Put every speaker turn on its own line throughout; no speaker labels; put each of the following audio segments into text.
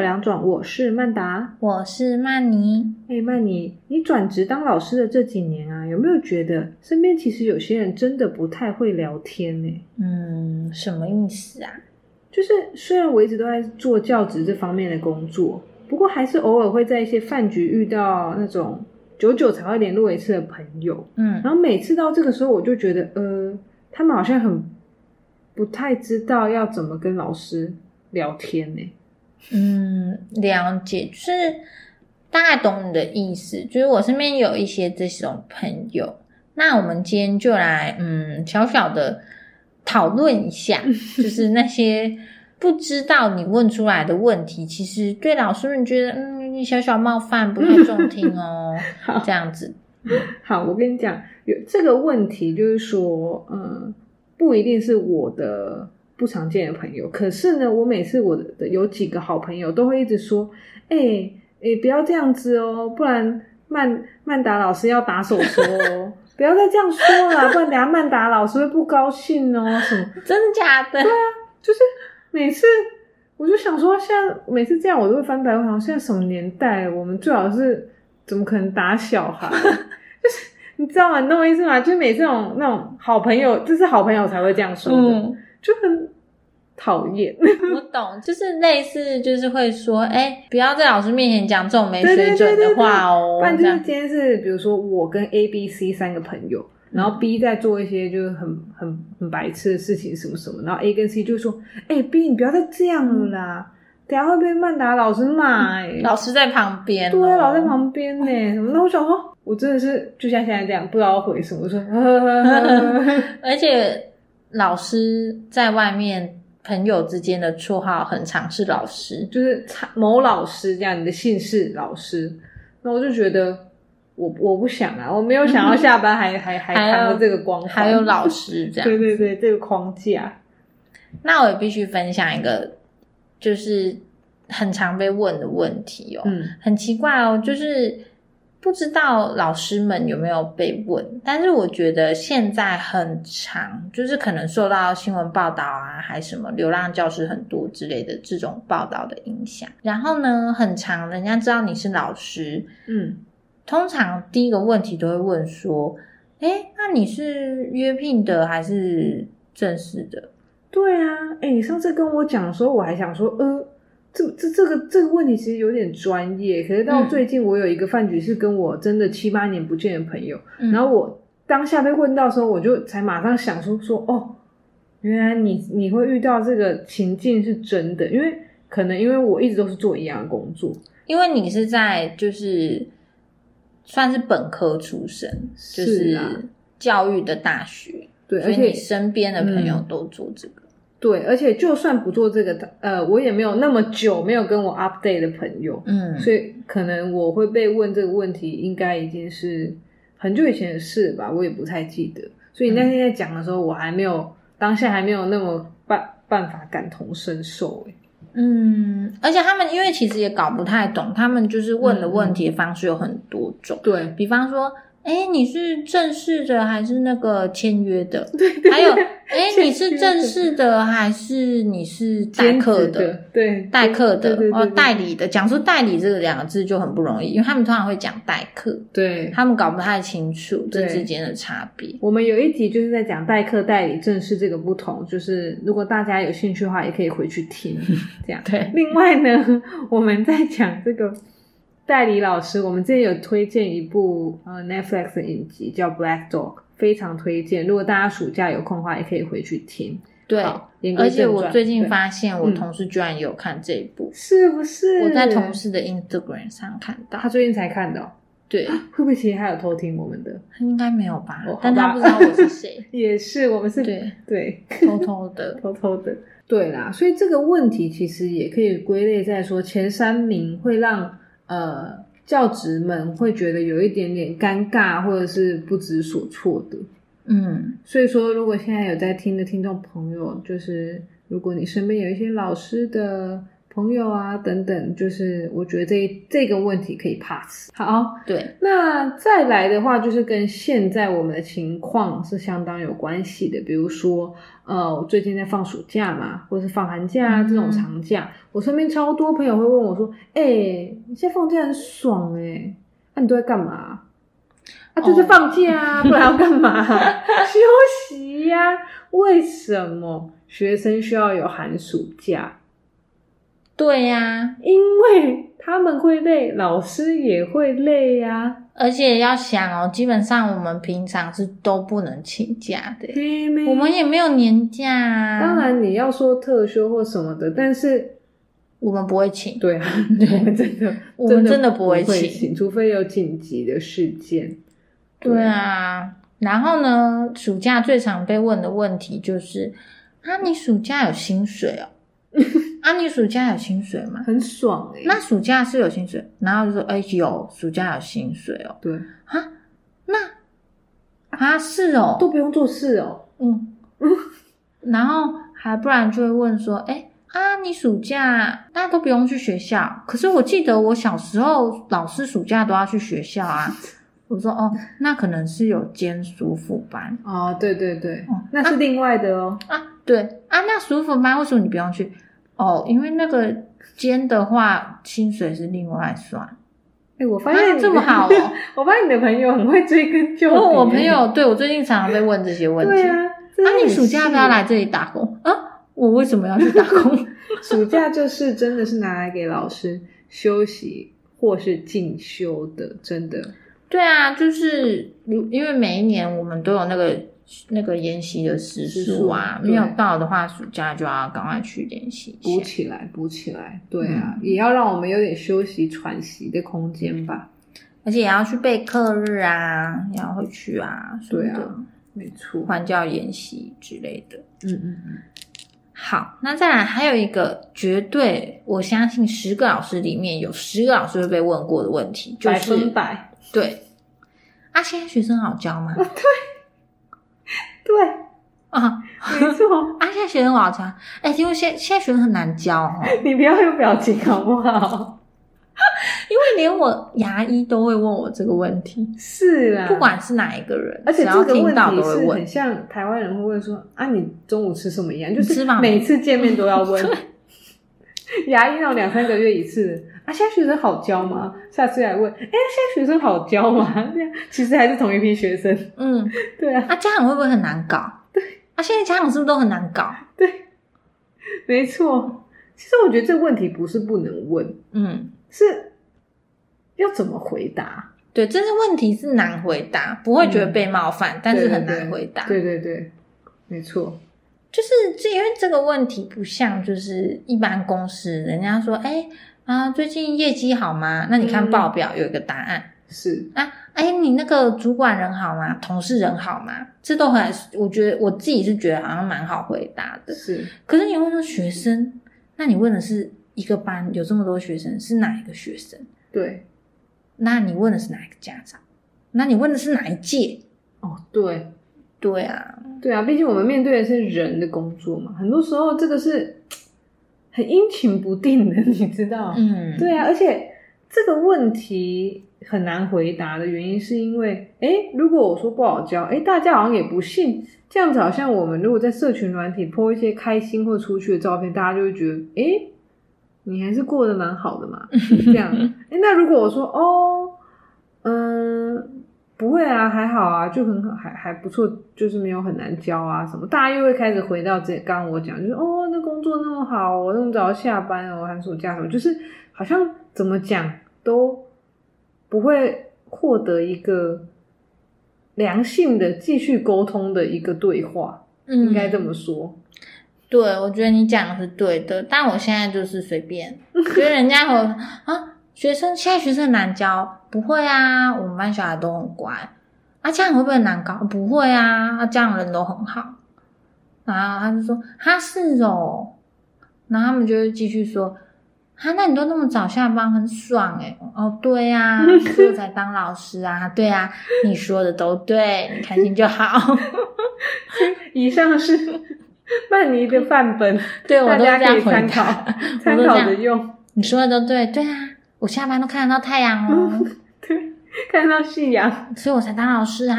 两种，我是曼达。
我是曼妮。
哎，曼妮，你转职当老师的这几年啊，有没有觉得身边其实有些人真的不太会聊天呢、
嗯，什么意思啊？
就是虽然我一直都在做教职这方面的工作，不过还是偶尔会在一些饭局遇到那种久久才会联络一次的朋友。
嗯
然后每次到这个时候，我就觉得，呃，他们好像很不太知道要怎么跟老师聊天呢、
嗯，了解，就是大概懂你的意思。就是我身边有一些这种朋友，那我们今天就来嗯小小的讨论一下，就是那些不知道你问出来的问题，其实对老师们觉得嗯你小小冒犯，不太中听哦
好，
这样子。
好，我跟你讲，有这个问题就是说，嗯，不一定是我的不常见的朋友，可是呢，我每次我的的有几个好朋友都会一直说，哎、哎、不要这样子哦，不然曼曼达老师要打手说哦，不要再这样说了啦，不然等下曼达老师会不高兴哦，什么。
真的假的？
就是每次我就想说，现在每次这样我都会翻白眼，我想现在什么年代，我们最好是怎么可能打小孩？ 就是你知道吗？你懂我意思吗？就是每次那种那种好朋友，这是好朋友才会这样说的，
嗯。
就很讨厌。
我懂，就是类似，就是会说，哎、不要在老师面前讲这种没
对对
水
对
准
对对
的话哦。
不然就
这
是
样
今天是比如说我跟 A、B、C 三个朋友，然
嗯
后 B 在做一些就是很很很白痴的事情什么什么，然后 A 跟 C 就说：“哎、b 你不要再这样了啦，等一下会被曼达老师骂、欸。”
嗯老师在旁边、哦
对啊，老在。旁边呢，什么？那我想说，我真的是就像现在这样，不知道回什么，我 说呵呵呵呵
而且老师在外面朋友之间的绰号很常是老师，
就是某老师这样，你的姓氏老师，那我就觉得我我不想啊，我没有想要下班还还还
还有
扛着这个光环，
还有老 师这
对
样。
对对，这个框架，
那我也必须分享一个，就是很常被问的问题哦。
嗯
很奇怪哦，就是不知道老师们有没有被问，但是我觉得现在很长，就是可能受到新闻报道啊，还什么流浪教师很多之类的这种报道的影响。然后呢，很长，人家知道你是老师，
嗯
通常第一个问题都会问说：“哎，那你是约聘的还是正式的
对啊，哎、你上次跟我讲的时候，我还想说，呃，这这这个这个问题其实有点专业，可是到
嗯
最近我有一个饭局是跟我真的七八年不见的朋友。？”
嗯
然后我当下被问到的时候，我就才马上想出说，哦，原来你你会遇到这个情境是真的，因为可能因为我一直都是做一样的工作，
因为你是在就是算是本科出身，就是
啊
是教育的大学，
对，
所
而
以你
且
身边的朋友都做这个。
对，而且就算不做这个，呃，我也没有那么久没有跟我 update 的朋友，
嗯，
所以可能我会被问这个问题，应该已经是很久以前的事吧，我也不太记得。所以你那
嗯
天在讲的时候，我还没有当下还没有那么办办法感同身受、欸，
嗯，而且他们因为其实也搞不太懂，他们就是问的问题的方式有很多种，
对，
比方说。哎，你是正式的还是那个签约的？
对对对
还有， 哎，你是
签约
正
的
式的还是你是代
兼
课
职
的？
对
代课
对
的
对对
哦，
对
代理的，讲出代理这两个字就很不容易，因为他们通常会讲代课，
对。
他们搞不太清楚这
对
之间的差别。
我们有一集就是在讲代课代理正式这个不同，就是如果大家有兴趣的话，也可以回去听 这样。
对，
另外呢， 我们在讲这个代理老师，我们之前有推荐一部呃 Netflix 的影集叫《Black Dog》，非常推荐。如果大家暑假有空的话，也可以回去听。
对，
好，言归
而且
正
我
传
最近
对
发现我
嗯
同事居然有看这一部，
是不是
我在同事的 Instagram 上看到
他。最近才看的哦、
对，
会不会其实他有偷听我们的？
他应该没有吧
哦好吧？。
但他不知道我是谁
也是，我 们是
对，
对
偷偷的。
偷偷的。对啦，所以这个问题其实也可以归类在说，前三名会让呃教职们会觉得有一点点尴尬或者是不知所措的。
嗯，
所以说，如果现在有在听的听众朋友，就是如果你身边有一些老师的朋友啊等等，就是我觉得这这个问题可以 pass。好，
对，
那再来的话，就是跟现在我们的情况是相当有关系的。比如说，呃，我最近在放暑假嘛，或者是放寒假啊
嗯
这种长假，我身边超多朋友会问我说：“哎、你现在放假很爽哎、那、你都在干嘛？”啊，就是
哦
放假啊，不然要干嘛？啊 休息呀、为什么学生需要有寒暑假？
对呀、
因为他们会累，老师也会累呀、
而且要想哦，基本上我们平常是都不能请假的，
嘿咩
我们也没有年假啊。
嗯当，然你要说特休或什么的，但是
我们不会请。
对啊，
对
我们真的，
我们真的
不
不会
请，
请
除非有紧急的事件。
对，啊，然后呢，暑假最常被问的问题就是：啊，你暑假有薪 水哦？啊，你暑假有薪水吗？
很爽哎、
那暑假是有薪水，然后就说：哎、有暑假有薪水哦。
对，
啊，那啊是哦，
都不用做事哦。
嗯， 然后还不然就会问说，哎啊，你暑假那都不用去学校，可是我记得我小时候老师暑假都要去学校啊。 我说哦，那可能是有兼暑辅班
哦，对对对，
哦
那是另外的哦。
啊，对啊，那暑辅班为什么你不用去？哦，因为那个兼的话，薪水是另外算。
哎、我发
啊
现、，
这么好哦！
我发现你的朋友很会追根究底。欸
因 为哦我朋友对我最近常常被问这些问题。
对啊，真
那、
的很
你暑假要不要来这里打工？啊，我为什么要去打工？
暑假就是真的是拿来给老师休息或是进修的，真的。
对啊，就是如因为每一年我们都有那个那个研习的时数啊，
时数
没
对
有到的话，暑假就要赶快去研习一
补
下。
起来，补起来，对啊，也要让我们有点休息喘息的空间吧。
而且也要去备课日啊，也要回去啊，什么
对啊
的，
没错，
换教研习之类的。
嗯嗯嗯，
好，那再来还有一个绝对，我相信十个老师里面有十个老师会被问过的问题，就
百
是
分百，
对。啊，现在学生好教吗？
对，
啊
没 错。
啊，现在学生好教。哎、听说现现在学生很难教哦。
你不要有表情好不好？
因为连我牙医都会问我这个问题，
是啦，
不，管是哪一个人，
啊而且
只
这
要
个
听
问
到都
题
会
是很
问。
像台湾人会问说啊，你中午吃什么一样，就
你吃
是
吗
每次见面都要问。 牙医那种两三个月一次，啊，现在学生好教吗？下次来问，哎，现在学生好教吗？ 这样其实还是同一批学生，
嗯，
对啊，
啊，家长会不会很难搞？对，啊，现在家长是不是都很难搞？
没错。其实我觉得这个问题不是不能问，
嗯，
是要怎么回答？
对，这是问题是难回答，不会觉得被冒犯，但
嗯
是
对对
很难回答。
对对对，没错，
就是这，因为这个问题不像就是一般公司，人家说，哎、啊，最近业绩好吗？那你看
嗯
报表有一个答案，
是
啊，哎，你那个主管人好吗？同事人好吗？这都很，我觉得我自己是觉得好像蛮好回答的。
是，
可是你问说学生，那你问的是一个班有这么多学生，是哪一个学生？
对，
那你问的是哪一个家长？那你问的是哪一届？
哦，对，
对啊，
对啊，毕竟我们面对的是人的工作嘛，很多时候这个是很阴晴不定的， 你知道？
嗯，
对啊，而且这个问题很难回答的原因是因为，诶，如果我说不好教，诶，大家好像也不信，这样子好像我们如果在社群软体 po 一些开心或出去的照片，大家就会觉得，诶，你还是过得蛮好的嘛，这样。诶，那如果我说，哦，嗯。不会啊，还好啊，就很好，还还不错，就是没有很难教啊什么。大家又会开始回到这刚刚我讲，就是哦，那工作那么好，我那么早下班哦，寒暑假什么，就是好像怎么讲都不会获得一个良性的继续沟通的一个对话，
嗯
应该这么说。
对，我觉得你讲的是对的，但我现在就是随便，觉得人家和啊，学生现在学生很难教，不会啊，我们班小孩都很乖，啊，家长会不会很难搞？不会啊，啊，家长人都很好。然后他就说他是哦，然后他们就会继续说，啊，那你都那么早下班，很爽哎、哦，对呀、啊，所以我才当老师啊，对啊，你说的都对，你开心就好。
以上是 曼尼的范本，
对我
大
都
家
这
可
样
以参
回
考
答，我
参
都这
考着
样。
用。
你说的都对，对啊，我下班都看得到太阳哦，
对，看到信仰，
所以我才当老师啊。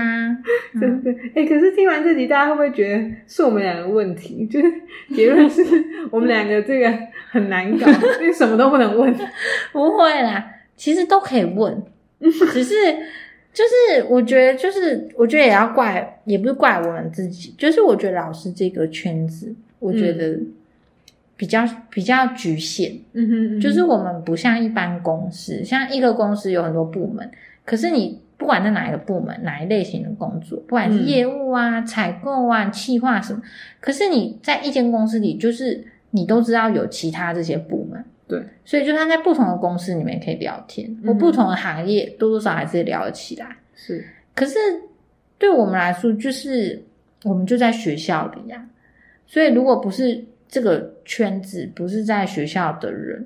真的。哎、可是听完这集，大家会不会觉得是我们两个问题？ 就是结论是我们两个这个很难 搞，因为什么都不能
嗯
问。
不会啦，其实都可以问，只是就是我觉得就是我觉得也要怪，也不是怪我们自己，就是我觉得老师这个圈子，我觉得比较、比较局限，
嗯哼，
就是我们不像一般公司，像一个公司有很多部门，可是你。不管在哪一个部门、哪一类型的工作，不管是
嗯
业务啊、采购啊、企划什么，可是你在一间公司里，就是你都知道有其他这些部门，
对，
所以就算在不同的公司里面可以聊天，
嗯
我不同的行业多多少少还是聊得起来。
是
可是对我们来说，就是我们就在学校里呀、所以如果不是这个圈子，不是在学校的人，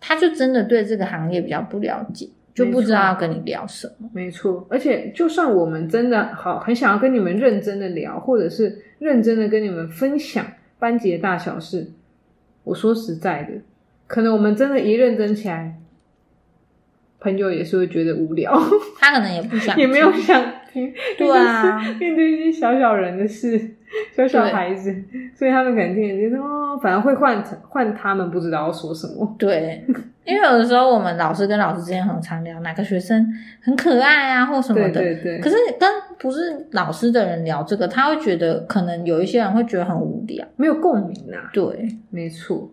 他就真的对这个行业比较不了解，就不知道要跟你聊什么。
没错。而且，就算我们真的好很想要跟你们认真的聊，或者是认真的跟你们分享班级的大小事，我说实在的，可能我们真的，一认真起来，朋友也是会觉得无聊。
他可能也不想 听，
也没有想听，
对啊
就是面对一些小小人的事，小小孩子，所以他们可能听也觉得哦，反而会换换他们不知道要说什么，
对，因为有的时候我们老师跟老师之间很常聊哪个学生很可爱啊，或什么
对
的，
对对，
可是跟不是老师的人聊这个，他会觉得可能有一些人会觉得很无聊。
没有共鸣啊，
对，
没错。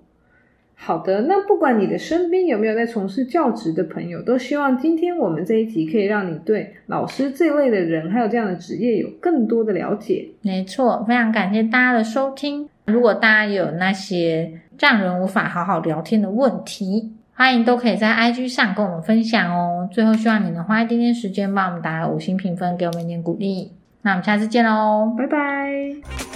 好的，那不管你的身边有没有在从事教职的朋友，都希望今天我们这一集可以让你对老师这类的人还有这样的职业有更多的了解。
没错，非常感谢大家的收听。如果大家有那些让人无法好好聊天的问题，欢迎都可以在 IG 上跟我们分享哦。最后，希望你能花一点点时间帮我们打五星评分，给我们一点鼓励。那我们下次见喽，
拜拜。